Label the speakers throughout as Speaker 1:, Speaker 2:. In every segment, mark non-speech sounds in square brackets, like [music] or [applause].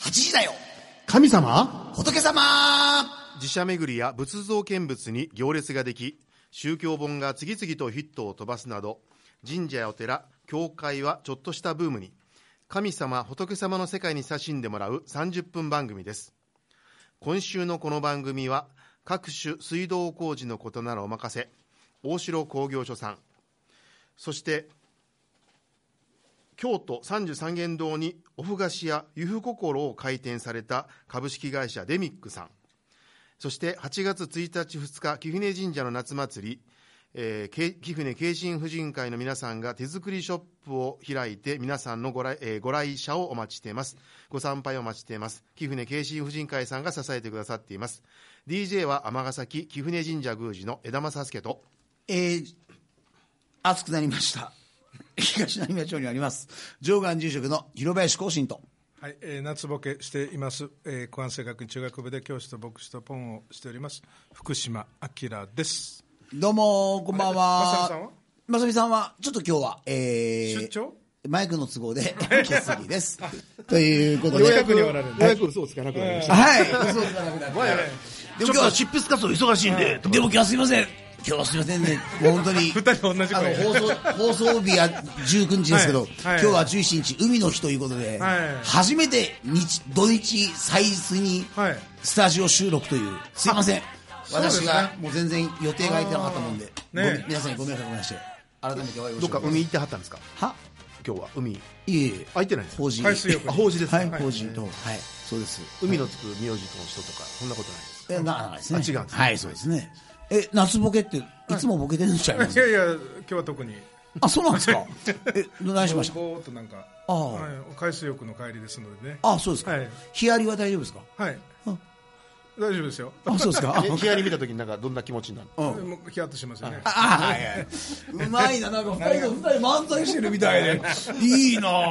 Speaker 1: 8時だよ
Speaker 2: 神様
Speaker 1: 仏様
Speaker 3: 寺社巡りや仏像見物に行列ができ宗教本が次々とヒットを飛ばすなど神社やお寺教会はちょっとしたブームに神様仏様の世界に差しんでもらう30分番組です今週のこの番組は各種水道工事のことならお任せ大城工業所さんそして京都三十三間堂におふ菓子やゆふ心を開店された株式会社デミックさんそして8月1日2日貴船神社の夏祭り、えーけ貴船慶心婦人会の皆さんが手作りショップを開いて皆さんのご来,、えーご来社をお待ちしていますご参拝をお待ちしています貴船慶心婦人会さんが支えてくださっています DJ は尼崎貴船神社宮司の枝間佐助と
Speaker 1: えー、暑くなりました。 [laughs] 東成宮町にあります。上岸住職の広林浩信と。
Speaker 4: はい、えー夏ボケしています、えー、小安学院中学部で教師と牧師とポンをしております福島明です
Speaker 1: どうも、こんばん
Speaker 4: あれまさみさ
Speaker 1: は
Speaker 4: んは。
Speaker 1: まさみさんは、ちょっと今日は、えー、
Speaker 4: 出張
Speaker 1: マイクの都合
Speaker 4: [laughs]
Speaker 1: で、欠席です。ということで。
Speaker 4: ようやくにおられる
Speaker 2: ようやく嘘をつかなくなりました。
Speaker 1: はい。そうつかなくなって。でも今日はチップス活動忙しいんで、でも今日はすいません。今日はすいませんね。もう本当に。
Speaker 4: [laughs] 二人同じ
Speaker 1: あの
Speaker 4: 声
Speaker 1: 放
Speaker 4: [laughs]
Speaker 1: 送、放送日は19日ですけど、
Speaker 4: はい
Speaker 1: 今
Speaker 4: はい
Speaker 1: 日は17日、海の日ということで、
Speaker 4: はい
Speaker 1: 初めて日、土日最初に
Speaker 4: はい、
Speaker 1: スタジオ収録という、すいません。
Speaker 4: うです
Speaker 1: 私
Speaker 4: ね
Speaker 1: がもう全然予定が空いてなかったもんで、
Speaker 4: あー
Speaker 1: ご
Speaker 4: ね
Speaker 1: めん皆さんにご迷惑をおかけして、改めてお会いを
Speaker 3: どっか海行ってはったんですか
Speaker 1: は
Speaker 3: 今日は海
Speaker 1: いえいえ、
Speaker 3: 空いてないんですか
Speaker 1: 法事。
Speaker 4: 海水浴
Speaker 3: あ法事ですか、
Speaker 1: はい、法事と、はい、そうです。
Speaker 3: 海のつく名字の人とかそんなことないです
Speaker 1: え、ならないですね。
Speaker 3: あ違うんですね
Speaker 1: はい、そうですね。え、夏ボケって、いつもボケてるんちゃいま
Speaker 4: い
Speaker 1: す、
Speaker 4: [laughs] やいや今日は特に
Speaker 1: あ、そうなんですか。え、どないしました
Speaker 4: ぼーっとなんか
Speaker 1: ああ
Speaker 4: はい、海水浴の帰りですのでね
Speaker 1: あ、そうですか。
Speaker 4: はい
Speaker 1: ヒアリは大丈夫ですか
Speaker 4: はい
Speaker 1: あ
Speaker 4: 大丈夫ですよ
Speaker 1: あ、そうですか。
Speaker 3: えヒアリ見た時になんかどんな気持ちになる
Speaker 4: でもヒヤッとしますよね
Speaker 1: あはいはいうまいな、なんか二人が二人漫才してるみたいで、いいなあ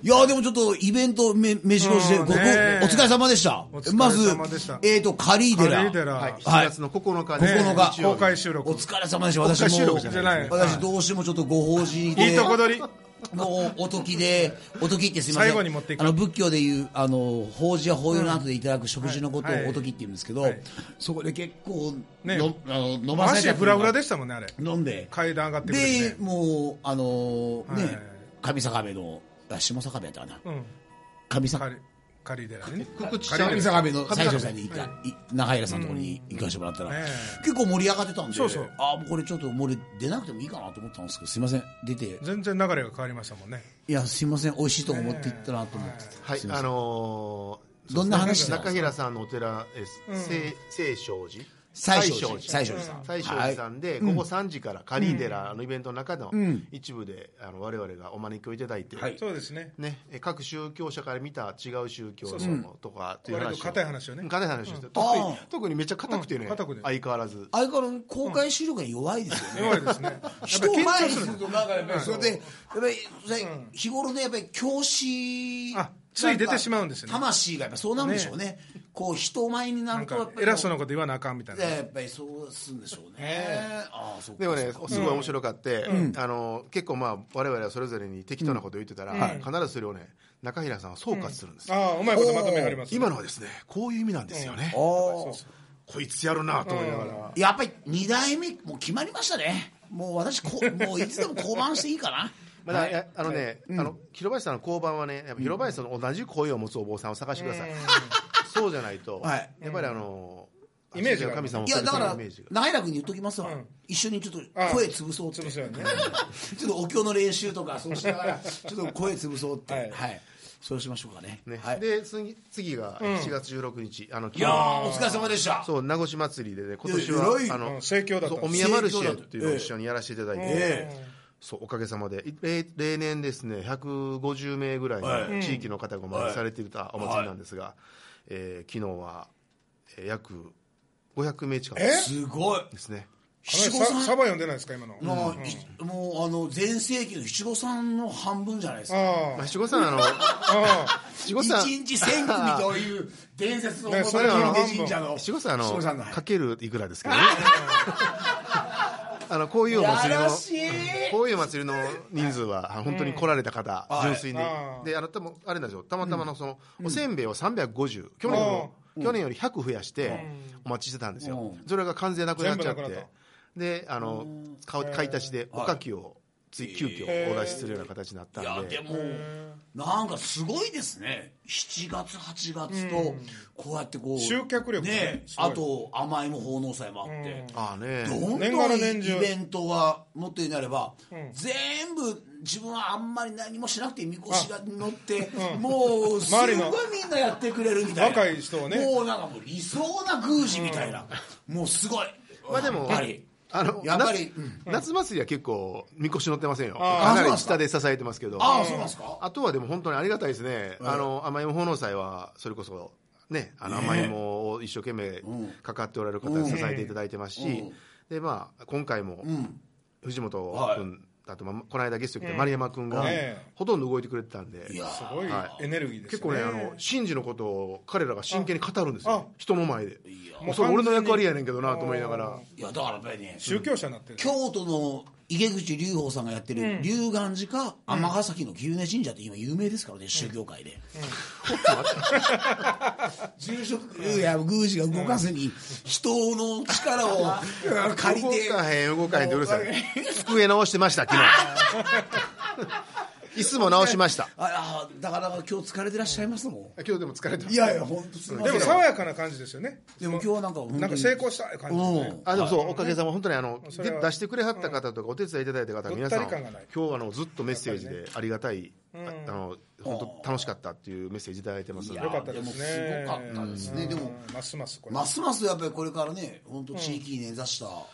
Speaker 1: いや、でもちょっとイベントめ、飯越しで、
Speaker 4: う
Speaker 1: ご
Speaker 4: ん
Speaker 1: ごお
Speaker 4: ねえ
Speaker 1: 疲れ様でした
Speaker 4: お疲。れ
Speaker 1: まず
Speaker 4: 様でした、
Speaker 1: えっと、カリーデ
Speaker 4: カリーデ
Speaker 1: ラ。
Speaker 4: ラ
Speaker 3: はい、
Speaker 1: は
Speaker 3: 7
Speaker 1: い
Speaker 3: 月の9日
Speaker 1: 9
Speaker 3: ね
Speaker 1: 日
Speaker 3: 日曜
Speaker 4: 公
Speaker 3: 日
Speaker 4: 開収録
Speaker 1: お疲れ様でした。私も
Speaker 3: 公開収録じゃ
Speaker 4: ないですね
Speaker 1: 私どうしてもちょっとご法事で。
Speaker 4: いいとこ取り
Speaker 1: もうおときで、おときってすみません、
Speaker 4: 最後に持っていく
Speaker 1: あの仏教でいうあの法事や法要の後でいただく食事のこと
Speaker 4: はいは
Speaker 1: を
Speaker 4: い
Speaker 1: おときって言うんですけど、
Speaker 4: はい
Speaker 1: そこで結構、
Speaker 4: ね
Speaker 1: のあの飲まされ
Speaker 4: 足
Speaker 1: たというか
Speaker 4: フラフラでしたもんねあれ
Speaker 1: 飲んで、
Speaker 4: 階段上がってくる
Speaker 1: で
Speaker 4: ね
Speaker 1: もう、あのね、
Speaker 4: はい
Speaker 1: 上坂部の、あ下坂部やったかな、
Speaker 4: うん
Speaker 1: 上
Speaker 4: カ
Speaker 1: 坂
Speaker 4: リカリーデラでね
Speaker 3: 福知さん
Speaker 1: 上坂部の
Speaker 3: 上坂部
Speaker 1: 西条さんに行った、い中平さんのところに行かせてもらったら、
Speaker 4: ね
Speaker 1: 結構盛り上がってたんで、
Speaker 4: そうそう
Speaker 1: あもうこれちょっと、もう俺出なくてもいいかなと思ったんですけど、すみません、出て、
Speaker 4: 全然流れが変わりましたもんね
Speaker 1: いや、すみません、美味しいとこ持って行ったなと思って。
Speaker 3: はいあのー
Speaker 1: どんな話してたんで
Speaker 3: 中
Speaker 1: すか
Speaker 3: 平さんのお寺です、聖聖勝寺
Speaker 1: 西勝寺西勝寺さん
Speaker 3: 西勝寺さんで、午後3時からカリーデラのイベントの中の一部で、あの我々がお招きをいただいて、
Speaker 1: はい
Speaker 4: そうですね
Speaker 3: ね、え各宗教者から見た違う宗教
Speaker 4: そうそう
Speaker 3: のとかという話を
Speaker 4: 割と硬い話をね
Speaker 3: うん硬い話をして、特
Speaker 1: あ
Speaker 3: に
Speaker 1: あ
Speaker 3: 特にめっちゃ硬くてね、
Speaker 4: うん硬くて
Speaker 3: 相変わらず
Speaker 1: 相変わらず公開視力が弱いですよね。
Speaker 4: 弱いですね
Speaker 1: 人を
Speaker 4: やっぱ
Speaker 1: 前
Speaker 4: り緊
Speaker 1: にす
Speaker 4: 張する
Speaker 1: る
Speaker 4: ん
Speaker 1: と
Speaker 4: で
Speaker 1: なんかやっぱりそれで、やっぱりそれ日頃のやっぱり教師
Speaker 4: あつい出てしまうんですよね
Speaker 1: 魂がやっぱそうなんでしょうね。こう人前にな
Speaker 4: な
Speaker 1: る
Speaker 4: ん
Speaker 1: とやっ
Speaker 4: か
Speaker 1: ぱり
Speaker 4: 偉そうなこと言わなあかんみたいな
Speaker 1: やっぱりそうするんでしょうね。ああそうか
Speaker 3: でもね、すごい面白かって、あの結構まあ我々はそれぞれに適当なことを言ってたら、必ずそれをね中平さんは総括するんですよ、
Speaker 4: ああうまいことまとめはりますね
Speaker 3: 今のはですねこういう意味なんですよね、
Speaker 1: おー
Speaker 3: こいつやるなと思いながら、
Speaker 1: やっぱり二代目もう決まりましたね。もう私
Speaker 4: [laughs]
Speaker 1: こうもういつでも降板していいかな。
Speaker 3: まだ、えあのね、あの広林さんの交番はねやっぱ広林さんの同じ声を持つお坊さんを探してください、そうじゃないと、
Speaker 1: はい
Speaker 3: やっぱりあの
Speaker 4: イメージが
Speaker 3: 神様
Speaker 1: いやだから
Speaker 3: イメージが
Speaker 1: 長井楽に言っときますわ、
Speaker 4: ん
Speaker 1: 一緒にちょっと
Speaker 4: ああ
Speaker 1: 声潰そうって
Speaker 4: 潰そうよね
Speaker 1: [laughs] ちょっとお経の練習とかそうしながらちょっと声潰そうっては
Speaker 4: はいい、
Speaker 1: そうしましょうかね
Speaker 3: ね
Speaker 1: はい、
Speaker 3: で次次が7月16日、あの
Speaker 1: いやーお疲れ様でした
Speaker 3: そう名護市祭りでね今年
Speaker 1: いや偉い
Speaker 3: はあ
Speaker 4: う
Speaker 3: の
Speaker 4: ん盛況だった
Speaker 3: そ
Speaker 4: ん
Speaker 3: う
Speaker 4: で
Speaker 3: お
Speaker 4: す
Speaker 3: 宮マルシェっていうのを一緒にやらせていただいて、
Speaker 1: え
Speaker 3: そうおかげさまでい例例年ですね150名ぐらい
Speaker 1: は
Speaker 3: の地域の方がお招きされていたお祭りなんですが、えー昨日は、えー約500名近く
Speaker 4: え
Speaker 3: です
Speaker 1: ごい
Speaker 3: ね
Speaker 1: 七五
Speaker 4: あのさサ
Speaker 1: 三
Speaker 4: バ読んでないですか今の
Speaker 1: の、いもうあの全盛期の七五三の半分じゃないですか
Speaker 3: まあ、七
Speaker 1: [laughs]
Speaker 3: 五三あの
Speaker 4: あ
Speaker 3: 七五
Speaker 1: 一
Speaker 3: 三
Speaker 1: 日千組という伝説の
Speaker 4: ねそ
Speaker 1: 元
Speaker 4: れは
Speaker 1: の神社の
Speaker 3: 七五三あ
Speaker 1: 七五三の
Speaker 3: の
Speaker 1: はい
Speaker 3: かけるいくらですけどねあのこういうお祭り
Speaker 1: や
Speaker 3: の
Speaker 1: らしい
Speaker 3: こういうお祭りの人数はあの本当に来られた方、
Speaker 1: はい
Speaker 3: 純粋に
Speaker 4: ああ
Speaker 3: であなたもあれなんですよたまたまのその、おせんべいを350去年の、去年より100増やしてお待ちしてたんですよ、
Speaker 1: う
Speaker 3: それが完全なくなっちゃって
Speaker 4: 全部なくなっ
Speaker 3: であの買う買い足しでおかきをつい急
Speaker 4: へ
Speaker 3: 遽
Speaker 4: え
Speaker 3: お出しするような形になったん
Speaker 1: い
Speaker 3: で
Speaker 1: やでもなんかすごいですね7月8月とこうやってこう
Speaker 4: 集客力ね
Speaker 1: ね
Speaker 4: すご
Speaker 1: あ
Speaker 4: い
Speaker 1: と甘いも奉納祭もあって
Speaker 3: ああね
Speaker 1: どん
Speaker 4: 年
Speaker 1: ど
Speaker 4: が
Speaker 1: ん
Speaker 4: ら
Speaker 1: イ
Speaker 4: 年中
Speaker 1: ベントがもっとになれば全部自分はあんまり何もしなくてみこしが乗ってもうすご
Speaker 4: 周
Speaker 1: い
Speaker 4: り
Speaker 1: み
Speaker 4: の
Speaker 1: んなやってくれるみたいな
Speaker 4: 若い人はね
Speaker 1: もうなんかもう理想な宮司みたいなもうすごい
Speaker 3: まあでも
Speaker 1: やっぱり
Speaker 3: あの
Speaker 1: やっぱり
Speaker 3: 夏夏祭りは結構みこし乗ってませんよ
Speaker 4: あ
Speaker 1: あ
Speaker 3: かな
Speaker 1: そうなんで
Speaker 3: り
Speaker 1: すか
Speaker 3: 下で支えてますけど
Speaker 1: ああそうなんですか
Speaker 3: あとはでも本当にありがたいですね、あの甘いも奉納祭は、それこそ、ね、あの甘いもを一生懸命かかっておられる方、支えていただいてますし、
Speaker 1: うん
Speaker 3: でまあ、今回も
Speaker 1: ん
Speaker 3: 藤
Speaker 1: は
Speaker 3: 本
Speaker 1: い
Speaker 3: 君、あと、まあ、この間ゲスト来た丸山君が
Speaker 4: ね、
Speaker 3: ほとんど動いてくれてたんで、
Speaker 1: いや
Speaker 4: すごい
Speaker 3: は
Speaker 4: エネルギーです
Speaker 3: 結構ね、あの神事のことを彼らが真剣に語るんですよ
Speaker 4: あ、
Speaker 3: 人の前で。
Speaker 1: いや
Speaker 3: もうそれ俺の役割やねんけどなと思いながら。
Speaker 1: いやだからやっぱりね
Speaker 4: 宗教者になってる
Speaker 1: 京都の池口龍宝さんがやってる龍眼寺か尼崎の牛根神社って今有名ですからね宗教界で、住職 [laughs] や宮司が動かずに人の力を
Speaker 3: [laughs]
Speaker 1: 借りて
Speaker 3: 動かへん動かへんってうるさい机直してました昨日椅子も直しました
Speaker 1: ああだから今日疲れてらっしゃいますも
Speaker 3: 今日でも疲れてま
Speaker 1: ん
Speaker 3: す
Speaker 1: いやいや本当すみま
Speaker 4: で
Speaker 1: せん
Speaker 4: も爽やかな感じですよね
Speaker 1: でも今日はなんか本当に
Speaker 4: なんか成功したい感じですね
Speaker 1: うん
Speaker 3: あでもそう、おかげさま、本当にあの
Speaker 4: それは
Speaker 3: で出してくれはった方とか、お手伝いいただいた方、皆さん、
Speaker 4: ごったり
Speaker 3: 今
Speaker 4: 感がない
Speaker 3: 日はあのずっとメッセージで、ありがたい、ああの本当、楽しかったっていうメッセージいただいてますので
Speaker 1: いや
Speaker 4: よかったです
Speaker 1: で
Speaker 4: ね
Speaker 1: もすごかったですね
Speaker 4: うん
Speaker 1: でも
Speaker 4: ますますこれ
Speaker 1: ますますやっぱりこれからね本当地域に根ざした、も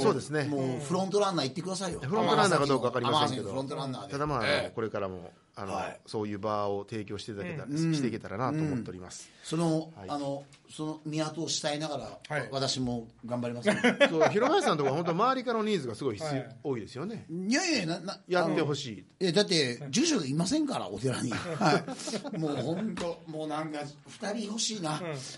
Speaker 3: そうですね
Speaker 1: もうフロントランナー行ってくださいよ
Speaker 3: フロントランナーかどうか分かりませんけ
Speaker 1: 尼崎のフロントランナ
Speaker 3: ど
Speaker 1: ー、で
Speaker 3: ただまああの、
Speaker 1: ええ
Speaker 3: これからもあの、
Speaker 1: はい
Speaker 3: そういう場を提供していただけたら、していけたらなと思っております。
Speaker 1: その、
Speaker 3: はい
Speaker 1: あの、その港を慕いながら、
Speaker 4: はい
Speaker 1: 私も頑張ります、ね。
Speaker 3: [laughs] そう広林さんのところは、本当、周りからのニーズがすごい必要、
Speaker 4: はい
Speaker 3: 多いですよね。
Speaker 1: いやいや、な、な、
Speaker 3: や
Speaker 1: あ
Speaker 3: っ
Speaker 1: の
Speaker 3: てほしい。
Speaker 1: え、だって、住所いませんから、お寺に。はい。もう本当、もうなんか、二人欲しいな。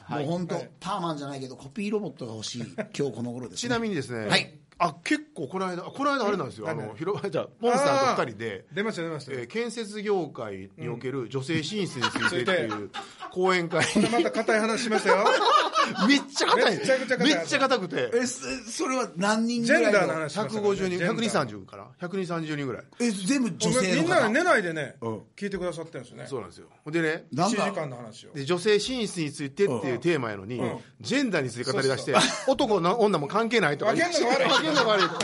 Speaker 1: もう本当、パーマンじゃないけど、コピーロボットが欲しい、今日この頃です、ね。
Speaker 3: ちなみにですね、
Speaker 1: はい
Speaker 3: あ結構この間、あこの間あれなんですよ、あの広林じゃあポン
Speaker 4: あー
Speaker 3: さんと二人で。
Speaker 4: 出ました出ました
Speaker 3: えー建設業界における女性進出について
Speaker 4: うん
Speaker 3: っていう講演会に
Speaker 4: また硬い話しましたよ
Speaker 3: めっちゃ硬い
Speaker 4: めっちゃくちゃ硬
Speaker 3: め
Speaker 4: い
Speaker 3: っちゃ硬くて
Speaker 1: え、すそれは何人
Speaker 4: ジ
Speaker 1: ぐ
Speaker 4: ェ
Speaker 1: ら
Speaker 4: ン
Speaker 1: いの
Speaker 4: ダーの話しましたから
Speaker 3: 150人
Speaker 4: ねジェンダー
Speaker 3: 130から120人ぐらい
Speaker 1: え、全部女性
Speaker 4: み
Speaker 1: の
Speaker 4: んな
Speaker 1: 方。
Speaker 4: 寝ないでね
Speaker 3: うん
Speaker 4: 聞いてくださってるんですね
Speaker 3: そうなんですよでね
Speaker 1: な
Speaker 4: 1
Speaker 1: ん
Speaker 4: 時
Speaker 1: か
Speaker 4: 間の話を
Speaker 3: で女性進出についてっていうテーマやのに、ジェンダーについて語り出して、男な女も関係ないとか言って
Speaker 4: 分けんのが
Speaker 3: 分
Speaker 4: 悪い
Speaker 3: けんのが悪いと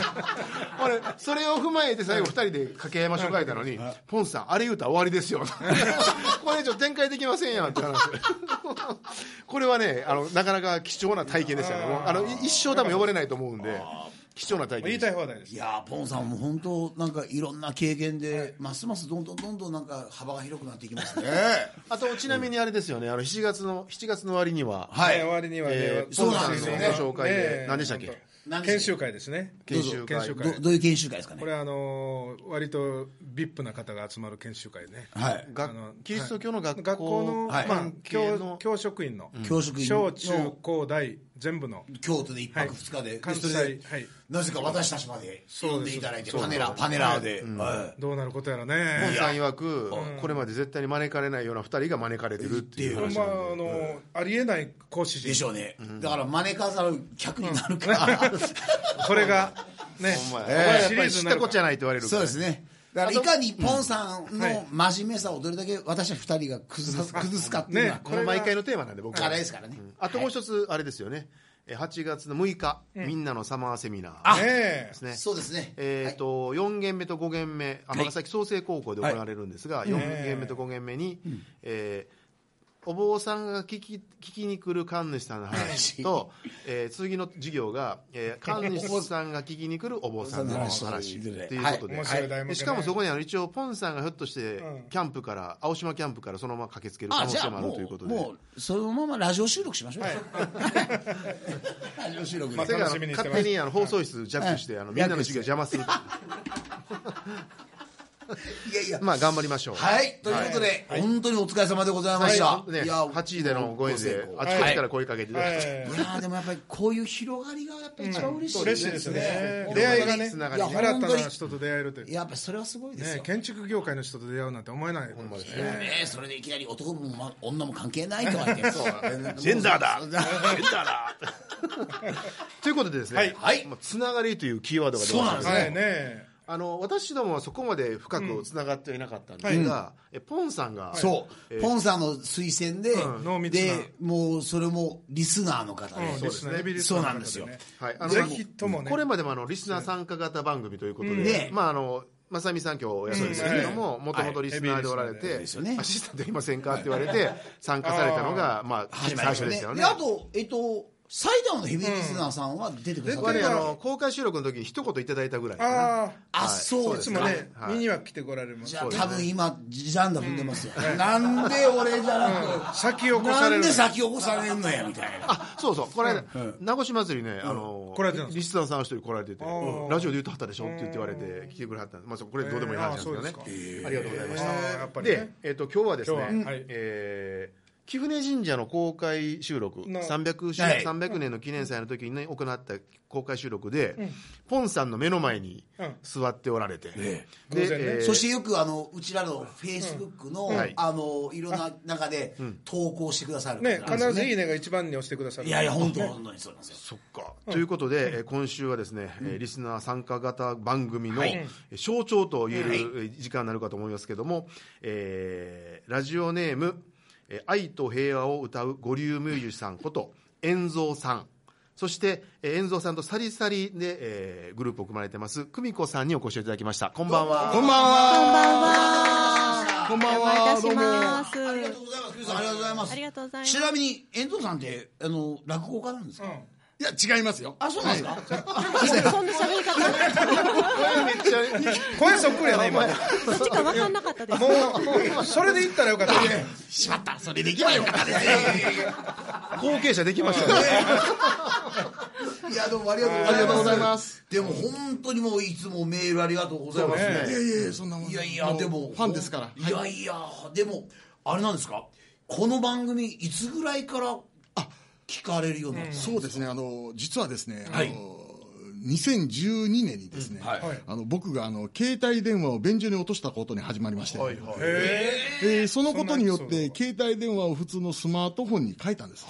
Speaker 3: 俺それを踏まえて最後2人で掛け合いましょう書いたのに「ポンさんあれ言うたら終わりですよ」 [laughs] これ以上展開できませんやんって話これはねあのなかなか貴重な体験でしたねもうあのい一生多分呼ばれないと思うんで貴重な体験
Speaker 4: 言
Speaker 3: で
Speaker 4: い
Speaker 3: した
Speaker 4: い放題です
Speaker 1: いやーポンさんも本当なんかいろんな経験で、ますますどんどんどんどんなんか幅が広くなっていきますね。
Speaker 3: あとちなみにあれですよねあの7月の7月の終わりには
Speaker 1: はい
Speaker 4: ね終わりにはね、
Speaker 3: えー
Speaker 1: そうなんですよね
Speaker 4: ポンさんの
Speaker 3: ご紹介で
Speaker 4: ね
Speaker 3: 何でしたっけ
Speaker 4: 本
Speaker 1: 何
Speaker 4: 当
Speaker 1: でしたっけ
Speaker 4: 研修会ですね
Speaker 3: 研修
Speaker 4: 研
Speaker 3: 会
Speaker 4: 修会
Speaker 1: どどういう研修会ですかね
Speaker 4: こ。れあのー割と VIP な方が集まる研修会ね、
Speaker 1: はい。
Speaker 3: 学
Speaker 4: あの
Speaker 3: キリスト教の学校
Speaker 4: 学校の、
Speaker 1: はい
Speaker 4: まあ
Speaker 3: 関係の
Speaker 4: 教教職員の
Speaker 1: 教職員の
Speaker 4: 小中高大全部の
Speaker 1: 京都で一
Speaker 4: は
Speaker 1: 泊
Speaker 4: い
Speaker 1: 二日で、
Speaker 4: 関
Speaker 1: そ
Speaker 4: 西
Speaker 1: れで、
Speaker 4: はい
Speaker 1: なぜか私たちまで
Speaker 4: そ
Speaker 1: 呼
Speaker 4: うです
Speaker 1: んでいただいて
Speaker 4: そう
Speaker 1: パネラーパネラーで、は
Speaker 4: どうなることやら
Speaker 3: ポン
Speaker 4: ね
Speaker 3: さん曰く、これまで絶対に招かれないような2人が招かれてるっていう
Speaker 4: ほん
Speaker 3: 話
Speaker 4: ま
Speaker 3: な
Speaker 4: あ
Speaker 3: んで
Speaker 4: のーありえない講師
Speaker 1: い、でし
Speaker 4: 陣
Speaker 1: ょうね、だから招かざる客になる [laughs] から、
Speaker 4: これがね
Speaker 3: お前
Speaker 4: これ
Speaker 3: お前や
Speaker 4: シ
Speaker 3: っ
Speaker 4: リ
Speaker 3: ぱ
Speaker 4: ー
Speaker 3: り知
Speaker 4: ズに
Speaker 3: っ
Speaker 4: な
Speaker 3: た
Speaker 4: る
Speaker 3: こっ
Speaker 4: か
Speaker 3: ちゃないと言われるか
Speaker 1: そう
Speaker 3: ら
Speaker 1: ですねだからいかにポンさんの真面目さをどれだけ私は二人が崩さ崩すかっていうのは、
Speaker 4: ね
Speaker 3: これ毎回のテーマなんで僕は
Speaker 1: 課題ですからね、
Speaker 3: あともう一つあれですよねえ8月の6日、みんなのサマーセミナー
Speaker 1: あ
Speaker 4: ねえ
Speaker 3: ですね
Speaker 1: そうですね、
Speaker 3: えーと4限目と5限目尼崎創成高校で行われるんですが、4限目と5限目に、えーお坊さんが聞き聞きに来る神主さんの話と、 [laughs] えー次の授業が、えー神主さんが聞きに来るお坊さんの話ということで、
Speaker 4: 面白い題目ね
Speaker 3: でしかもそこにあの一応ポンさんがひょっとして
Speaker 4: うん
Speaker 3: キャンプから青島キャンプからそのまま駆けつける可
Speaker 1: あ
Speaker 3: 能
Speaker 1: じゃ
Speaker 3: 性
Speaker 1: あ
Speaker 3: もある
Speaker 1: も
Speaker 3: というこ
Speaker 1: う
Speaker 3: とで
Speaker 1: もうそのままラジオ収録しましょう、 [laughs] ラジオ収録で、
Speaker 4: まあ
Speaker 3: それから
Speaker 4: 楽しみにしてます
Speaker 3: 勝手にあの放送室ジャックしてあのみんなの授業邪魔するという
Speaker 1: いやいや、
Speaker 3: まあ頑張りましょう。
Speaker 1: はい、ということで、本当にお疲れ様でございました。
Speaker 3: ね、
Speaker 1: いや
Speaker 3: 8位でのご縁
Speaker 1: ご、成
Speaker 3: で
Speaker 1: 功
Speaker 3: あちこちから声かけていただいて、
Speaker 1: いやーでもやっぱりこういう広がりがやっぱり一番嬉しい
Speaker 4: 嬉しいですね
Speaker 1: 本。当に
Speaker 4: 出会いがね、
Speaker 3: つ
Speaker 4: 新
Speaker 3: なが
Speaker 4: た
Speaker 3: り
Speaker 1: いや本当に
Speaker 4: な人と出会えるという。
Speaker 1: やっぱそれはすごいです
Speaker 4: ね
Speaker 1: よ。、
Speaker 4: 建築業界の人と出会うなんて思えないもんですね。
Speaker 1: ね、それでいきなり男も、ま、女も関係ないとは言って
Speaker 3: [laughs] ジェンダーだ
Speaker 1: そう
Speaker 3: ジェンダーだということでですね、
Speaker 1: はい
Speaker 3: まあつながりというキーワードが出ましたけど
Speaker 1: そうなんですね
Speaker 4: はいね。
Speaker 3: あの私どもはそこまで深くつながっていなかったんですが、えポンさんが、
Speaker 1: [laughs] そう、
Speaker 3: えー
Speaker 1: ポンさんの推薦で、
Speaker 4: うん濃密な
Speaker 1: でもうそれもリスナーの方で、
Speaker 4: うん、リスナーエビリスナーの
Speaker 1: そうなん
Speaker 4: 方ね
Speaker 1: ですよ
Speaker 3: はい、あの
Speaker 4: ぜひともね。
Speaker 3: これまでもあのリスナー参加型番組ということで、
Speaker 1: うんね
Speaker 3: まああの正美さん今日お休みですけれども、もともとリスナーでおられて、
Speaker 1: いですよね
Speaker 3: アシスタントできませんかって言われて参加されたのがまあ
Speaker 1: 始
Speaker 3: 最
Speaker 1: まりまし
Speaker 3: 初
Speaker 1: た
Speaker 3: で
Speaker 1: ね
Speaker 3: すよね
Speaker 1: で。あとえっと埼玉のヘビーリスナーさんは出てくださ
Speaker 3: 僕
Speaker 1: っ
Speaker 3: は
Speaker 1: て、
Speaker 3: ねあの公開収録の時に一言いただいたぐらいかな。
Speaker 4: ああ、
Speaker 1: あそう
Speaker 4: い
Speaker 1: で
Speaker 4: つ
Speaker 1: す
Speaker 4: も
Speaker 1: か、
Speaker 4: ね、
Speaker 3: はい
Speaker 4: 見には来てこられます
Speaker 1: じ。ゃあ
Speaker 3: そうです
Speaker 1: 多
Speaker 3: ね
Speaker 1: 分今ジャンダ踏んでますよ、なんで俺じゃなく、
Speaker 4: 先を越さ
Speaker 1: な
Speaker 4: れ
Speaker 1: ん
Speaker 4: る
Speaker 1: で。先起こされんのやみたいな
Speaker 3: あそうそうこの間、名護市祭りね、あの
Speaker 4: 来られてたんですか
Speaker 3: リスナーさん一人来られてて、
Speaker 4: ー
Speaker 3: ラジオで言ったはったでしょって言って言われて来てくれはったんです、まあ、そうこれどうでもいい話なんですけどね
Speaker 4: えーあ、そう
Speaker 3: ありがとうございまし
Speaker 4: あ
Speaker 3: た。
Speaker 4: ーやっぱり
Speaker 3: で
Speaker 4: ね。、
Speaker 3: えっと今日はですね、
Speaker 4: 今日ははい
Speaker 3: えー貴船神社の公開収録
Speaker 4: な
Speaker 3: 300周、
Speaker 1: はい
Speaker 3: 300年の記念祭の時に、ね、行った公開収録で、ポンさんの目の前に
Speaker 4: うん
Speaker 3: 座っておられて、で
Speaker 4: 偶然ね
Speaker 3: えー
Speaker 1: そしてよくあのうちらのフェイスブックの、
Speaker 3: はい
Speaker 1: あのいろんな中で投稿してくださる
Speaker 4: ね、
Speaker 1: 方なん
Speaker 4: 必
Speaker 1: です
Speaker 4: ず
Speaker 1: よ
Speaker 4: いいねが一番に押してくださる。
Speaker 1: いやいや本当本当にそうなんですよ
Speaker 3: そっか、ということで、えー今週はですね、えーリスナー参加型番組の
Speaker 1: はい
Speaker 3: えー象徴と言えるえー時間になるかと思いますけども、えーラジオネーム「えー愛と平和」を歌う五流ミュージシャンこと円蔵さんそしてえー円蔵さんとサリサリで、えーグループを組まれてます久美子さんにお越しいただきましたこんばんは
Speaker 4: こんばんは。
Speaker 5: こんばんは。お邪魔いたし
Speaker 1: ありが
Speaker 5: ま
Speaker 1: とうございます。久
Speaker 5: す。
Speaker 1: 美さんありがとうございます。
Speaker 5: ありがとうございます
Speaker 1: ちなみに遠藤さんってあの落語家なんですか。
Speaker 6: いや、違いますよ。
Speaker 1: あ、そうなんですか。
Speaker 5: そんな喋り方、
Speaker 4: 声そっくりやね、今。も
Speaker 5: どっちか分かんなかったです。
Speaker 4: う、それで言ったらよかった。
Speaker 1: しまった。それできばよかったですね。
Speaker 3: 後継者できました [laughs] ね
Speaker 1: いやどうもありがとうございます。
Speaker 3: ありがとうございます。
Speaker 1: でも本当にもういつもメールありがとうございます
Speaker 4: そう
Speaker 6: い
Speaker 1: ね。
Speaker 6: やいやいや、そんなもん。
Speaker 1: いやいやでも
Speaker 6: ファンですから。
Speaker 1: いやいやでもあれなんですか。この番組いつぐらいから聞かれるようになったんですか。
Speaker 6: そうですね、あの、実はですね、あの
Speaker 1: はい
Speaker 6: 2012年にですね、あの僕があの携帯電話を便所に落としたことに始まりまして、えーそのことによって携帯電話を普通のスマートフォンに変えたんです、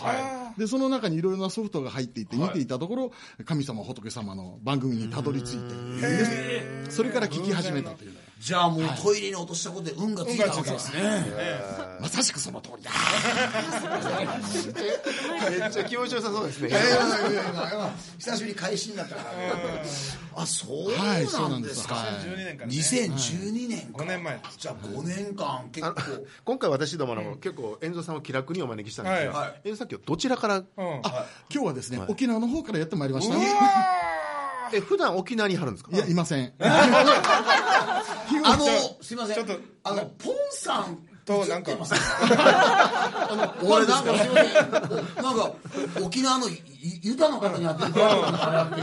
Speaker 6: でその中にいろいろなソフトが入っていて見ていたところ、神様仏様の番組にたどり着いて、でそれから聞き始めたという
Speaker 1: じゃあもうトイレに落としたことで運がついたわけですね。
Speaker 6: まさしくその通りだ
Speaker 3: めっちゃ気持ちよさそう [laughs] ですね
Speaker 1: いやいやいやいや [laughs] 久しぶりに会心だったから。あ、そう
Speaker 6: はいそ
Speaker 1: な
Speaker 6: うなんん
Speaker 1: で
Speaker 6: ですす
Speaker 1: か。
Speaker 6: はい
Speaker 4: 12年からね。
Speaker 1: 2012年か
Speaker 4: 5年前です
Speaker 1: じゃあ5年間結構
Speaker 3: 今回私どもの、結構遠藤さんを気楽にお招きしたんですが、
Speaker 1: はい
Speaker 3: 遠藤さん今日どちらから
Speaker 4: うん。
Speaker 6: あ今日はですね、沖縄の方からやってまいりました、
Speaker 3: え普段沖縄に貼るんですか
Speaker 6: いやいません
Speaker 1: あのすいません
Speaker 4: ちょっと
Speaker 1: あのポンさん
Speaker 4: と、なんか、
Speaker 1: [laughs] 俺なんかすいませんなんか沖縄のゆユタの方にやってるから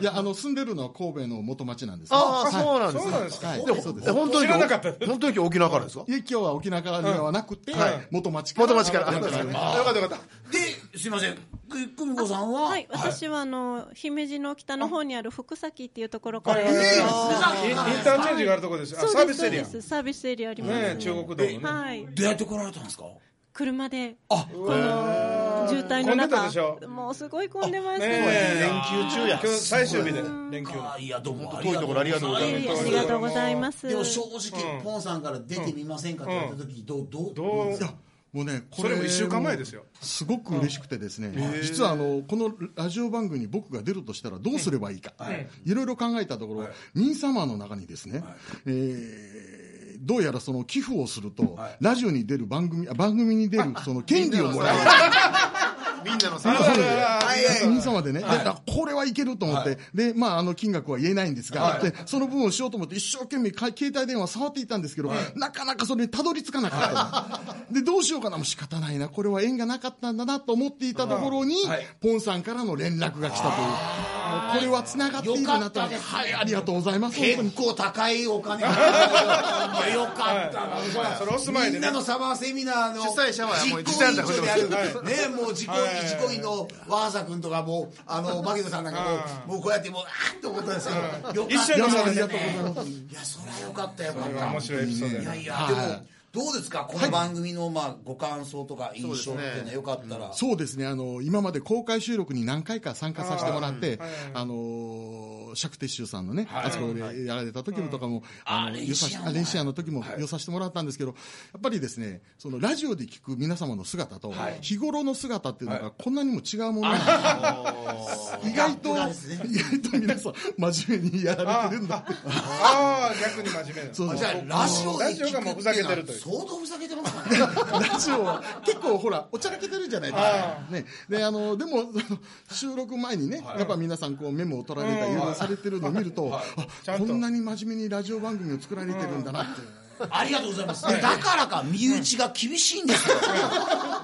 Speaker 6: いやあの住んでるのは神戸の元町なんですね
Speaker 3: ああそうなんです
Speaker 4: そうなんですか。
Speaker 6: はい
Speaker 3: で
Speaker 6: そうです
Speaker 3: え本当に
Speaker 4: 知らなかった
Speaker 3: 本当に今日沖縄からですか
Speaker 6: いや今日は沖縄からではなくて、元町から
Speaker 3: 元町からあよかったよかったよかっ
Speaker 1: ですいませんく久美子さんは
Speaker 5: はい、私はあの姫路の北の方にある福崎っていうところか
Speaker 4: は
Speaker 5: ら。
Speaker 4: いはいはい
Speaker 1: はい
Speaker 4: インインターチェンジがあるところですよ。あサ
Speaker 5: そ
Speaker 4: ー
Speaker 5: うで
Speaker 4: ビ
Speaker 5: す
Speaker 4: スエリア。
Speaker 5: そう
Speaker 4: ね
Speaker 5: ですサービスエリアあります。
Speaker 4: え中国道のね。
Speaker 5: はい、
Speaker 1: どうやって来られたんですか
Speaker 5: 車で。
Speaker 1: あ
Speaker 5: この渋滞の
Speaker 4: 混んでた
Speaker 5: 中
Speaker 4: でしょ。
Speaker 5: もうすごい混んでました
Speaker 4: え
Speaker 5: ね。
Speaker 3: 連休中や
Speaker 4: 今日最終日で、連休の
Speaker 1: あいやどうも
Speaker 3: 遠いところありがとうござい
Speaker 5: いえいえあ
Speaker 1: す
Speaker 5: りがとうございます。
Speaker 1: でも正直ポンさんから出てみませんかって言われた時どうどう
Speaker 4: どう
Speaker 6: いやもうねこ
Speaker 4: それも一週間前ですよ
Speaker 6: すごく嬉しくてですね、実はあのこのラジオ番組に僕が出るとしたらどうすればいいか、い、ろいろ考えたところ、ニーサマーの中にですね、えーどうやらその寄付をすると、ラジオに出る番組あ番組に出るその権利をもらえる
Speaker 3: みんなのさ
Speaker 6: 兄様でね、であこれはいけると思って、で、まあ、あの金額は言えないんですが、でその分をしようと思って、一生懸命か携帯電話触っていたんですけど、なかなかそれにたどり着かなか
Speaker 1: [laughs]
Speaker 6: った。で、どうしようかな、もう仕方ないな、これは縁がなかったんだなと思っていたところに、ポンさんからの連絡が来たという。これはつながっているな
Speaker 1: よ
Speaker 6: と
Speaker 1: かったです
Speaker 6: はいありがとうございます本当
Speaker 1: 結
Speaker 6: に
Speaker 1: 構高いお
Speaker 4: [laughs]
Speaker 1: 金がよかったな、
Speaker 4: それお住まいでね
Speaker 1: みんなのサマーセミナーの
Speaker 3: 主催者はもう
Speaker 1: 実行委員長である、
Speaker 3: はい
Speaker 1: ね、もう自己,、自己委員の和葉君とかもうあの牧野さんなんかもうもうこうやってもうあーっと思ったんですけど、よかった
Speaker 4: 一緒に
Speaker 1: いや
Speaker 4: あり
Speaker 1: いや
Speaker 4: が
Speaker 1: い
Speaker 4: とう
Speaker 1: やそりゃよかったよかっ
Speaker 4: 面
Speaker 1: た
Speaker 4: 白いエピソードや
Speaker 1: い
Speaker 4: な
Speaker 1: やいやでも、
Speaker 6: は
Speaker 1: どうですかこの番組の、まあ、ご感想とか印象っていうのはよかったら、
Speaker 6: そうですねあの今まで公開収録に何回か参加させてもらって
Speaker 4: はいはい
Speaker 6: あの釈徹宗さんのね、あそこでやられた時のとかも、あの
Speaker 1: あ
Speaker 6: よさ
Speaker 1: 練習
Speaker 6: し
Speaker 1: やん
Speaker 6: あ練習やの時もよさせてもらったんですけど、やっぱりですねそのラジオで聞く皆様の姿と、日頃の姿っていうのがこんなにも違うものなんだ
Speaker 1: ギ
Speaker 6: 意外と、
Speaker 1: ャップがですね
Speaker 6: 意外と皆さん真面目にやられてるんだって
Speaker 4: ああ逆に真面目な
Speaker 6: そう
Speaker 1: じゃあラジオで
Speaker 4: ラジオがも
Speaker 1: 聞く
Speaker 4: うふ
Speaker 1: って
Speaker 4: ざ
Speaker 1: い
Speaker 4: け
Speaker 1: うのは
Speaker 4: てるという
Speaker 1: 相当ふざけてますからね
Speaker 6: ラジオは結構ほらおちゃらけてるじゃないですか、ね、であのでも [laughs] その収録前にね、やっぱ皆さんこうメモを取られたりいろいろされてるのを見ると、
Speaker 4: ちゃ
Speaker 6: あ
Speaker 4: んと
Speaker 6: こんなに真面目にラジオ番組を作られてるんだなっていう。
Speaker 1: ありがとうござい [laughs] ます。だからか、身内が厳しいんですよ。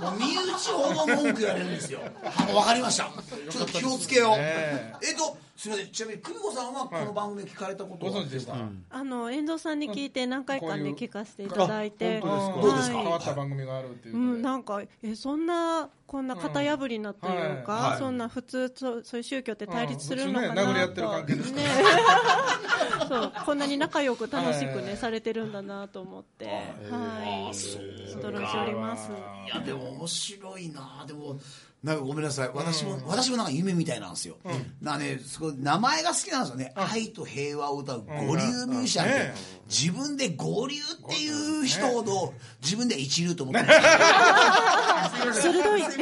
Speaker 1: もう身内ほど文句言われるんですよ。あわかりました。ちょっと気をつけよう。え
Speaker 4: ね
Speaker 1: っと、すみません。ちなみに、久美子さんはこの番組聞かれたことは
Speaker 4: ご存知でした
Speaker 5: あの遠藤さんに聞いて何回か
Speaker 4: こうい
Speaker 5: ね
Speaker 4: う
Speaker 5: 聞かせていただいて
Speaker 1: ど
Speaker 4: 本当
Speaker 1: うで
Speaker 5: は
Speaker 1: す
Speaker 5: い
Speaker 1: か
Speaker 4: 変わった番組があるっていう
Speaker 5: う
Speaker 4: ので
Speaker 5: ん、なんかえそんなこんな型破りなというか、
Speaker 4: うん
Speaker 5: そんな普通そうそういう宗教って対立するのかな
Speaker 4: うん普通ね
Speaker 5: と、
Speaker 4: 殴り合ってる関係ですか
Speaker 5: ねそうこんなに仲良く楽しくね、されてるんだなと思って、はい、驚いております。
Speaker 1: いや、でも面白いなでも、なんかごめんなさい。私も、私もなんか夢みたいなんですよ。なね、すごい、名前が好きなんですよね。愛と平和を歌う五流ミュージシャンって
Speaker 4: ね、
Speaker 1: 自分で五流っていう人ほど、自分では一流と思ってます。 [laughs]
Speaker 5: 鋭い
Speaker 4: [laughs]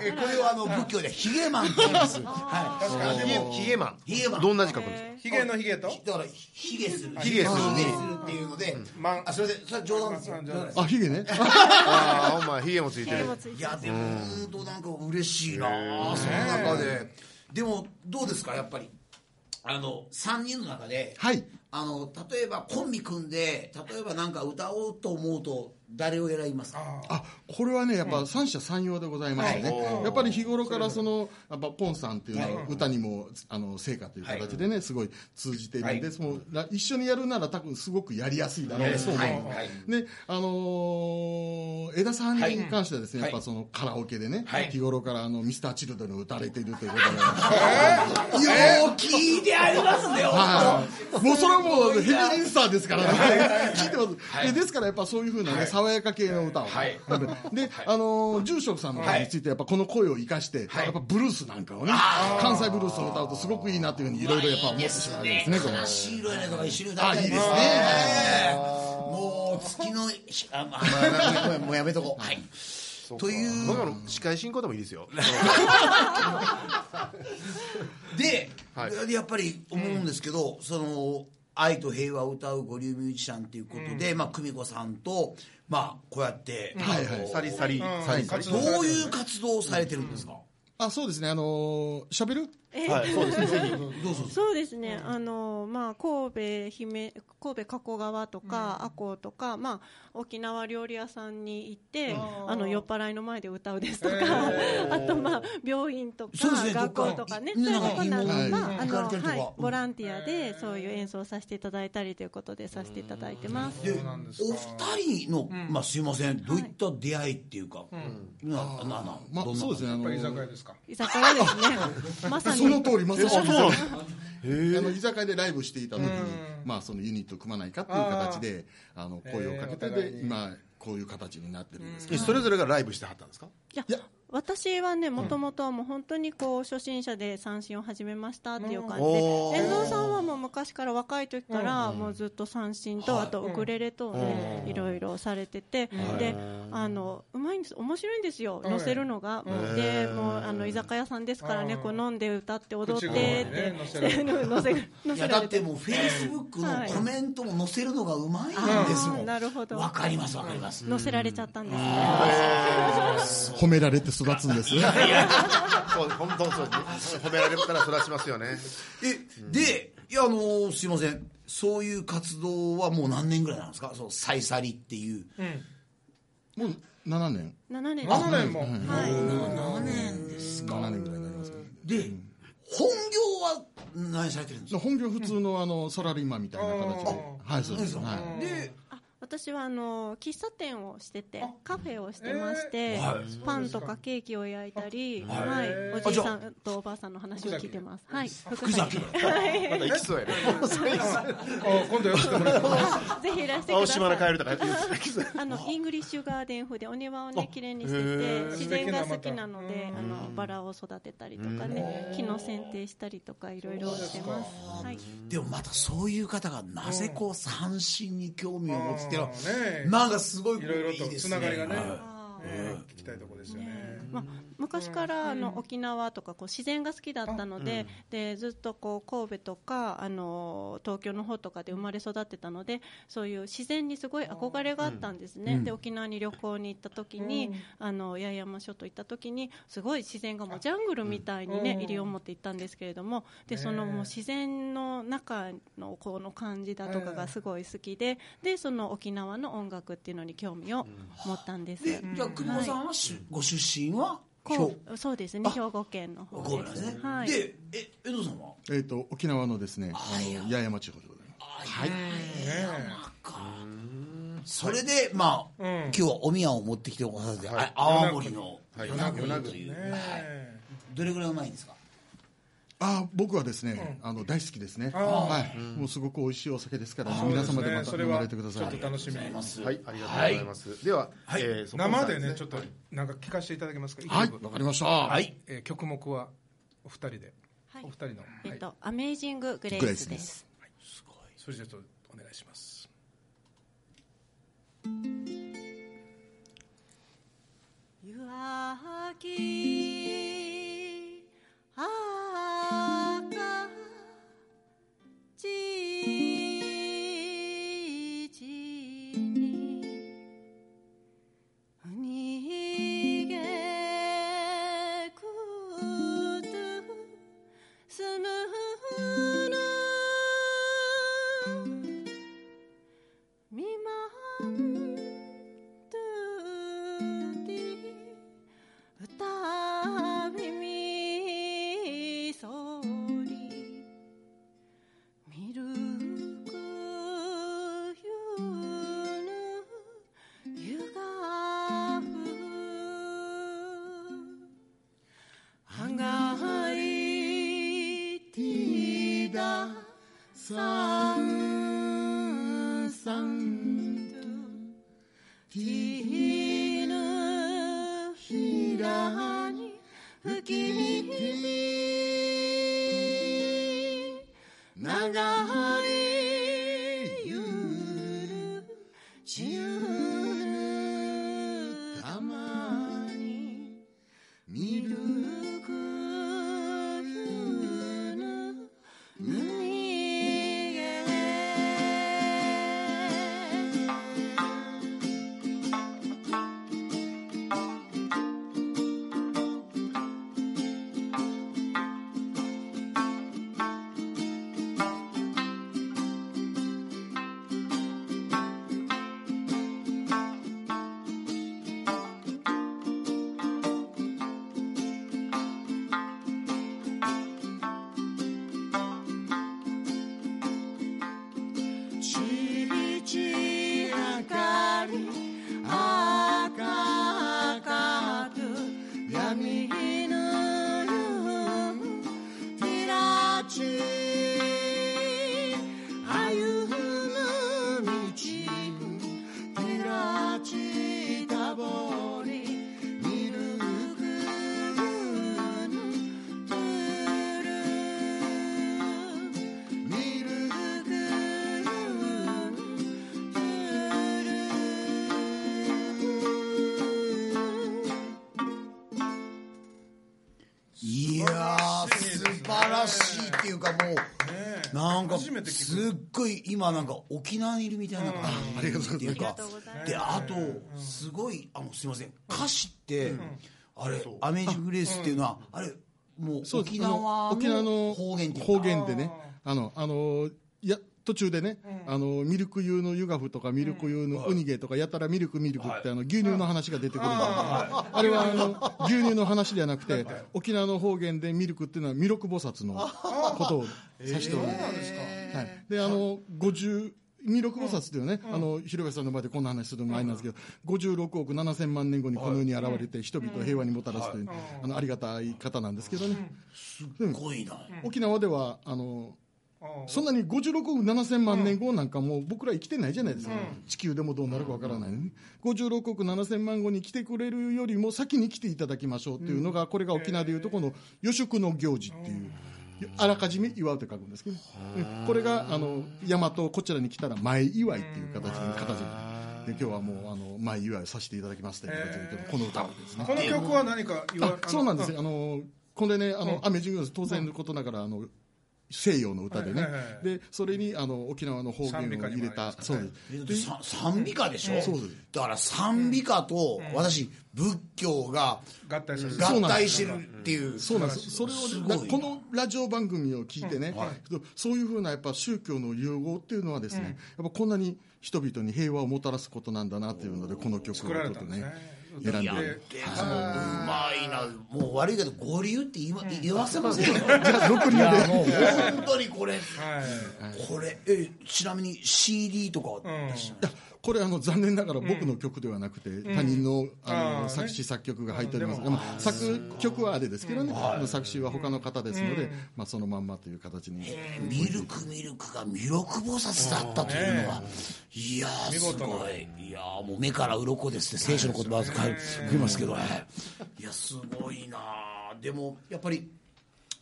Speaker 1: えこれはあの仏教ではヒゲマンって言います。はい。
Speaker 4: 確かに
Speaker 3: ヒゲヒゲマン
Speaker 1: ヒゲマン
Speaker 3: どんな字書くんですか
Speaker 4: ヒゲのヒゲと
Speaker 1: だからヒゲする。
Speaker 3: ヒゲする
Speaker 1: ヒゲするっていうので、
Speaker 4: マン
Speaker 1: あそれでそれは冗談ですよ
Speaker 4: まあ。
Speaker 1: 冗談です
Speaker 6: あ、ヒゲね。
Speaker 3: ああお前ヒゲもついてる
Speaker 5: 手もつい
Speaker 1: い
Speaker 5: て
Speaker 1: やでも本当なんか嬉しいなあ。その中で、でもどうですかやっぱりあの三人の中で、
Speaker 6: はい。
Speaker 1: あの例えばコンビ組んで例えばなんか歌おうと思うと誰を選びますか。
Speaker 6: あ、これはね、やっぱ三者三様でございましてね。やっぱり日頃からその、やっぱポンさんっていうのは歌にも、あの、成果という形でね、すごい通じている
Speaker 1: は
Speaker 6: んで、その、ら一緒にやるなら多分すごくやりやすいだろうと思う。
Speaker 1: はい
Speaker 6: で、あのー江田さんに関してはですね、
Speaker 1: はい
Speaker 6: やっぱそのカラオケでね、
Speaker 1: はい
Speaker 6: 日頃からあのミスターチルドレンを歌われているということで、
Speaker 1: よう聞いてありますね。本
Speaker 6: はい、もうそれはもうヘビーリンサーですからね、聞いてます、でですからやっぱそういうふうな、ね爽やか系の歌を、
Speaker 1: はい
Speaker 6: で、あのー住職さんの方について、やっぱこの声を生かして、やっぱブルースなんかをね、関西ブルースを歌うと、すごくいいなというふうに、いろいろやっぱ思ってしまうわけですね、これ
Speaker 1: 当。シールやねとか一緒に歌いたいですね。もう月のひあまあまあもうやめとこう。はい。という
Speaker 3: 僕の司会進行でもいいですよ
Speaker 1: で、
Speaker 3: はい
Speaker 1: でやっぱり思うんですけど、その愛と平和を歌う五流ミュージシャンということで、まあ久美子さんとまあこうやって、
Speaker 6: はいはい
Speaker 1: あの
Speaker 3: サリサリサリサリ
Speaker 4: 活動され
Speaker 1: どう
Speaker 4: てる
Speaker 1: いう活動をされてるんですか。
Speaker 6: あそうですね、あのー、しゃべる
Speaker 3: はいそうですねぜひ
Speaker 5: そうですね、あのまあ、神戸姫神戸加古川とか、赤穂とか、まあ、沖縄料理屋さんに行ってあの酔っ払いの前で歌うですとか、 [laughs] あと、まあ、病院とか、
Speaker 1: そうですね
Speaker 5: 学校とかね
Speaker 1: どっか
Speaker 5: そういうとこなの
Speaker 6: はい
Speaker 5: まああ
Speaker 1: 行か
Speaker 5: の
Speaker 1: れてるとこ
Speaker 5: はいボランティアでそういう演奏をさせていただいたりということでさせていただいてます。
Speaker 1: で
Speaker 4: そうなんです
Speaker 1: お
Speaker 4: か
Speaker 1: 二人の、まあすいませんどういった出会いっていうか、ななな
Speaker 6: まあ
Speaker 1: どんな
Speaker 6: そうですね、あ
Speaker 4: やっぱ
Speaker 6: の
Speaker 4: り居
Speaker 6: ー
Speaker 4: 酒屋ですか
Speaker 5: 居酒屋ですね。まさに。
Speaker 6: その通り、まさに。
Speaker 3: そう
Speaker 6: あの居酒屋でライブしていた時に、まあ、そのユニット組まないかっていう形であの声をかけて、
Speaker 4: えーお互い
Speaker 6: で
Speaker 4: に
Speaker 6: 今こういう形になってるんですけ
Speaker 3: えそれぞれがライブしてはったんですか
Speaker 5: いや
Speaker 6: いや
Speaker 5: 私はねもともとはもう本当にこう初心者で三振を始めましたっていう感じで
Speaker 3: おー
Speaker 5: 遠藤さんはもう昔から若い時からもうずっと三振とあとウクレレとねいろいろされててであのうまいんです面白いんですよ乗せるのがでもうあの居酒屋さんですからねこう飲んで歌って踊ってっ
Speaker 4: ね
Speaker 5: て
Speaker 4: 乗せられて
Speaker 5: 乗せる [laughs] 乗
Speaker 1: い
Speaker 5: せ
Speaker 1: や
Speaker 5: ら
Speaker 1: だ
Speaker 5: れ
Speaker 1: って
Speaker 5: て
Speaker 1: もうフェイスブックのコメントも載せるのがうまいんですも
Speaker 5: あー
Speaker 1: ん。
Speaker 5: なるほど
Speaker 1: わかりますわかります。
Speaker 5: 乗せられちゃったんですね
Speaker 6: ど、褒められて育つんです
Speaker 3: そう本当そうですね褒められたら育ちますよね
Speaker 1: え、で、いや、あのーすいません。そういう活動はもう何年ぐらいなんですかそのサイサリっていう。
Speaker 6: [laughs] もう7年
Speaker 5: 7年
Speaker 4: 7年も
Speaker 5: はい
Speaker 1: 7年ですか。
Speaker 6: 7年ぐらいになりますかね
Speaker 1: で、本業は何されてるんですか
Speaker 6: 本業普通のあのサラリーマンみたいな形で、はい、そうです。はい
Speaker 1: で
Speaker 5: あ私はあの喫茶店をしててカフェをしてまして、パンとかケーキを焼いたり、はいおじいさんとおばあさんの話を聞いてます。はい、福
Speaker 1: 崎
Speaker 5: はい
Speaker 3: また行きそうやね。
Speaker 4: あ今度よろしくお願いします
Speaker 5: ぜひいらしてく
Speaker 3: 青
Speaker 5: ださ
Speaker 3: 島の
Speaker 5: い。
Speaker 3: 帰るとかやってるんです
Speaker 5: あのイングリッシュガーデン風でお庭をね綺麗にしてて自然が好きなのであのバラを育てたりとかね木の剪定したりとかいろいろしてます。はい。
Speaker 1: でもまたそういう方がなぜこう三振に興味を持つっていうのは
Speaker 4: あーね
Speaker 1: なんかすごい
Speaker 4: いろいろと
Speaker 1: いです
Speaker 4: つながりがね
Speaker 1: は
Speaker 4: えー聞きたいところですよね。
Speaker 5: まあ、昔からあの沖縄とかこう自然が好きだったので,、でずっとこう神戸とかあの東京の方とかで生まれ育ってたのでそういう自然にすごい憧れがあったんですね、で沖縄に旅行に行った時に、あの八重山諸島行った時にすごい自然がもうジャングルみたいにね、入りを持って行ったんですけれどもでそのもう自然の中のこの感じだとかがすごい好きででその沖縄の音楽っていうのに興味を持ったんです。
Speaker 1: いでじゃあ久保さんはしご出身は
Speaker 5: こうそうですね兵庫県の
Speaker 1: ご
Speaker 5: 方
Speaker 1: めん
Speaker 5: で
Speaker 1: な
Speaker 5: す
Speaker 1: さいね、
Speaker 5: はい
Speaker 1: でえ江戸さんは
Speaker 6: えっ、と、沖縄のですね、あ
Speaker 1: はい
Speaker 6: の八重山地方でございます。
Speaker 1: はい山かそれでまあ、今日はお宮を持ってきておさせて、あ青森の
Speaker 3: はい
Speaker 1: 与那国という、
Speaker 4: ね
Speaker 1: はい、
Speaker 4: え
Speaker 1: どれぐらいうまいんですか
Speaker 6: あー僕はですね、あの大好きですね。はい、もうすごく美味しいお酒ですから、皆様でま
Speaker 4: そ
Speaker 6: た
Speaker 4: れ
Speaker 6: 飲ま
Speaker 4: は
Speaker 6: れてくだ
Speaker 4: ちょ
Speaker 6: さ
Speaker 4: っ
Speaker 6: い
Speaker 4: と。楽しみ
Speaker 3: は
Speaker 4: に。
Speaker 3: い、ありがとうございます。では、えーそこ
Speaker 4: 生で
Speaker 3: さん
Speaker 4: ね、ちょっとなんか聞かせていただけますか。
Speaker 6: はい
Speaker 4: 一、部
Speaker 6: わかりました。
Speaker 1: はい
Speaker 4: えー曲目はお二人で、
Speaker 5: はい
Speaker 4: お二人の、
Speaker 5: え
Speaker 4: は
Speaker 5: っ
Speaker 4: い
Speaker 5: と、アメイジンググレイスです
Speaker 4: それじゃちょっとお願いします。
Speaker 5: 湯あきあかちちにうにげくとすむるみまんとうたびみそりみるくゆぬゆがふはがいてださんさんとひぬひらに吹き流れゆる自由ぬたまに見るくゆぬぬにげちいちあかりあかかく闇ぬゆむきらち歩む道きらちたぼり見るくぐぬくるミルクプ
Speaker 1: いやー素晴らしいっていうかもう、なんか
Speaker 4: 初めて聞
Speaker 1: すっごい今なんか沖縄にいるみたいな感じ
Speaker 6: りがとうございます
Speaker 1: っていう
Speaker 5: あ
Speaker 1: か
Speaker 5: りがとうございます
Speaker 1: であとすごいあのすいません歌詞って、あれ「アメージング・グレース」っていうのはあれもう
Speaker 6: そうです
Speaker 1: 沖縄
Speaker 6: あの沖縄
Speaker 1: の
Speaker 6: の
Speaker 1: 方言っていうか
Speaker 6: 方言でね、あの、あの、いや、途中でね、あの、ミルク湯のユガフとか、ミルク湯のウニゲとか、やたらミルクミルクって、あの、牛乳の話が出てくるんだけど、あれはあの、牛乳の話ではなくて、沖縄の方言でミルクっていうのは、弥勒菩薩のことを指しておる。はい。で、あの、50、弥勒菩薩っていうね、あの、広瀬さんの前でこんな話するのもあれなんですけど、56億7千万年後にこの世に現れて、人々を平和にもたらすという、あの、ありがたい方なんですけどね。
Speaker 1: すごいな。
Speaker 6: 沖縄では、あの、そんなに56億7000万年後なんかもう僕ら生きてないじゃないですか、地球でもどうなるかわからないのに、56億7000万後に来てくれるよりも先に来ていただきましょうっていうのが、これが沖縄でいうとこの予食の行事っていう、あらかじめ祝うって書くんですけど、うんこれがあの大和こちらに来たら前祝いっていう形に形でで今日はもうあの前祝いをさせていただきますという形でこの歌をですね
Speaker 4: この曲は何か言わ
Speaker 6: あそうなんですよあのこれねあの、雨授業です当然のことながらあの西洋の歌でね、
Speaker 4: はいはいはい
Speaker 6: でそれにあの沖縄の方言を入れ
Speaker 4: 賛美歌にもありま
Speaker 6: た、
Speaker 4: す
Speaker 6: そうです、
Speaker 1: さ賛美歌でしょ、
Speaker 6: そうです
Speaker 1: だから賛美歌と私、仏教が
Speaker 4: 合体させ
Speaker 1: 合体してるっていう
Speaker 6: そうなんです。それを
Speaker 1: す
Speaker 6: な
Speaker 1: ごい
Speaker 6: このラジオ番組を聞いてね、
Speaker 1: んはい
Speaker 6: そういうふうなやっぱ宗教の融合っていうのはですね、やっぱこんなに人々に平和をもたらすことなんだなっていうのでこの曲をち
Speaker 4: 作ら
Speaker 6: ょ
Speaker 4: れ
Speaker 6: ったと
Speaker 4: んです
Speaker 6: ね
Speaker 4: ね
Speaker 6: 選ん
Speaker 1: い
Speaker 6: で
Speaker 1: やでもう
Speaker 6: じ
Speaker 1: まいなもう悪いけど五流って言,、言わせませんよ
Speaker 6: ゃあ六
Speaker 1: [laughs] い
Speaker 6: 流で
Speaker 1: やもう本当にこれ
Speaker 4: はい
Speaker 1: これえちなみに CD とかは出したの
Speaker 6: これあの残念ながら僕の曲ではなくて、他人のあ
Speaker 4: あー
Speaker 6: の
Speaker 4: ね
Speaker 6: 作詞作曲が入っております
Speaker 4: うん
Speaker 6: が、まあ、作曲はあれですけどね、あの作詞は他の方ですので、まあ、そのまんまという形に。
Speaker 1: ミルクミルクが弥勒菩薩だったというのは、いやーすごいいやーもう目から鱗ですって聖書の言葉を使いますけどねいやすごいなーでもやっぱり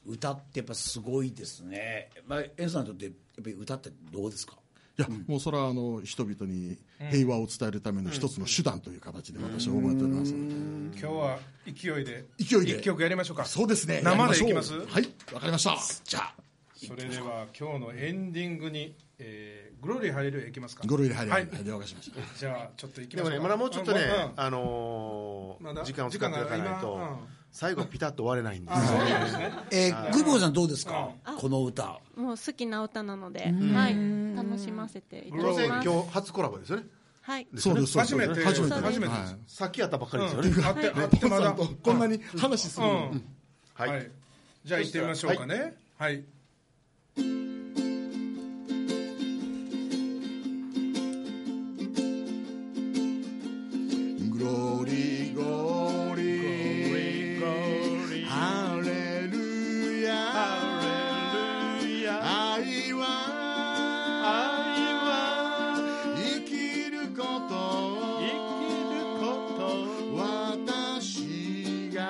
Speaker 1: 歌ってやっぱすごいですね、まあ、エンさんにとってやっぱり歌ってどうですか
Speaker 6: いや、もうそれはあの人々に平和を伝えるための一つの手段という形で私は覚えております、
Speaker 4: 今日は勢いで
Speaker 6: 勢いで
Speaker 4: 一曲やりましょうか
Speaker 6: そうですね
Speaker 4: 生で
Speaker 6: や
Speaker 4: いき
Speaker 6: り
Speaker 4: ま
Speaker 6: し
Speaker 4: す
Speaker 6: ょうはいわかりました
Speaker 1: じゃあ
Speaker 4: それでは今日のエンディングに、えー、グローリー入れるいきますか
Speaker 6: ゴル入れ入り
Speaker 4: は
Speaker 6: はいい、了解しました
Speaker 4: じゃあちょっといき
Speaker 3: で
Speaker 4: ましょ
Speaker 3: も
Speaker 4: う
Speaker 3: ね
Speaker 4: か
Speaker 3: まだもうちょっとね
Speaker 4: んうん、
Speaker 3: あのー
Speaker 4: まだ
Speaker 3: 時間を使っていかない
Speaker 4: 時間
Speaker 3: と
Speaker 4: が今うん
Speaker 3: 最後ピタッと終われないんです
Speaker 4: そうなんですね
Speaker 1: えー、グリボーさんどうですかこの歌
Speaker 5: もう好きな歌なので、はい、楽しませていただ
Speaker 3: 当
Speaker 5: き
Speaker 3: 然
Speaker 5: ま
Speaker 3: 今日
Speaker 5: す。
Speaker 3: 初コラボですよね
Speaker 5: はい、
Speaker 6: そうですそうで
Speaker 4: 初
Speaker 6: す
Speaker 4: めて
Speaker 6: 初めてです
Speaker 4: 初めてです
Speaker 6: はい
Speaker 3: さっきやったばっかりですよ
Speaker 4: う
Speaker 3: ね、
Speaker 4: ん、あってあっ
Speaker 6: ポ
Speaker 4: て
Speaker 6: ン
Speaker 4: ま
Speaker 6: さ
Speaker 4: だ
Speaker 6: んとこんなに話するの
Speaker 4: うん
Speaker 3: はい、
Speaker 4: はい、じゃあ行ってみましょうかねはい、
Speaker 6: グローリーゴーリーハレルヤ愛は生きること私が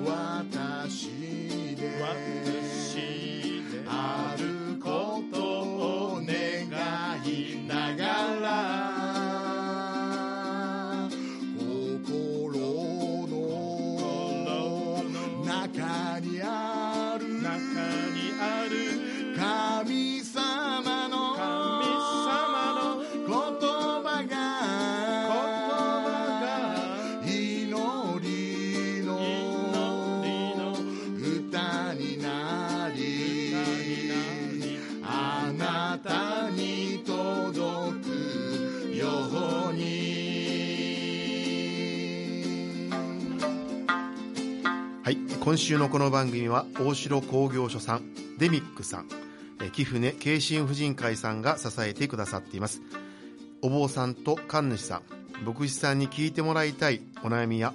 Speaker 6: 私であることを願いながら心の中にある神様の言葉が祈りの歌になりあなたに届くように
Speaker 3: はい、今週のこの番組は大城工業所さんデミックさんえー貴船慶心婦人会さんが支えてくださっていますお坊さんと神主さん牧師さんに聞いてもらいたいお悩みや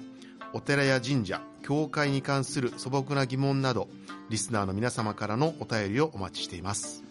Speaker 3: お寺や神社教会に関する素朴な疑問などリスナーの皆様からのお便りをお待ちしています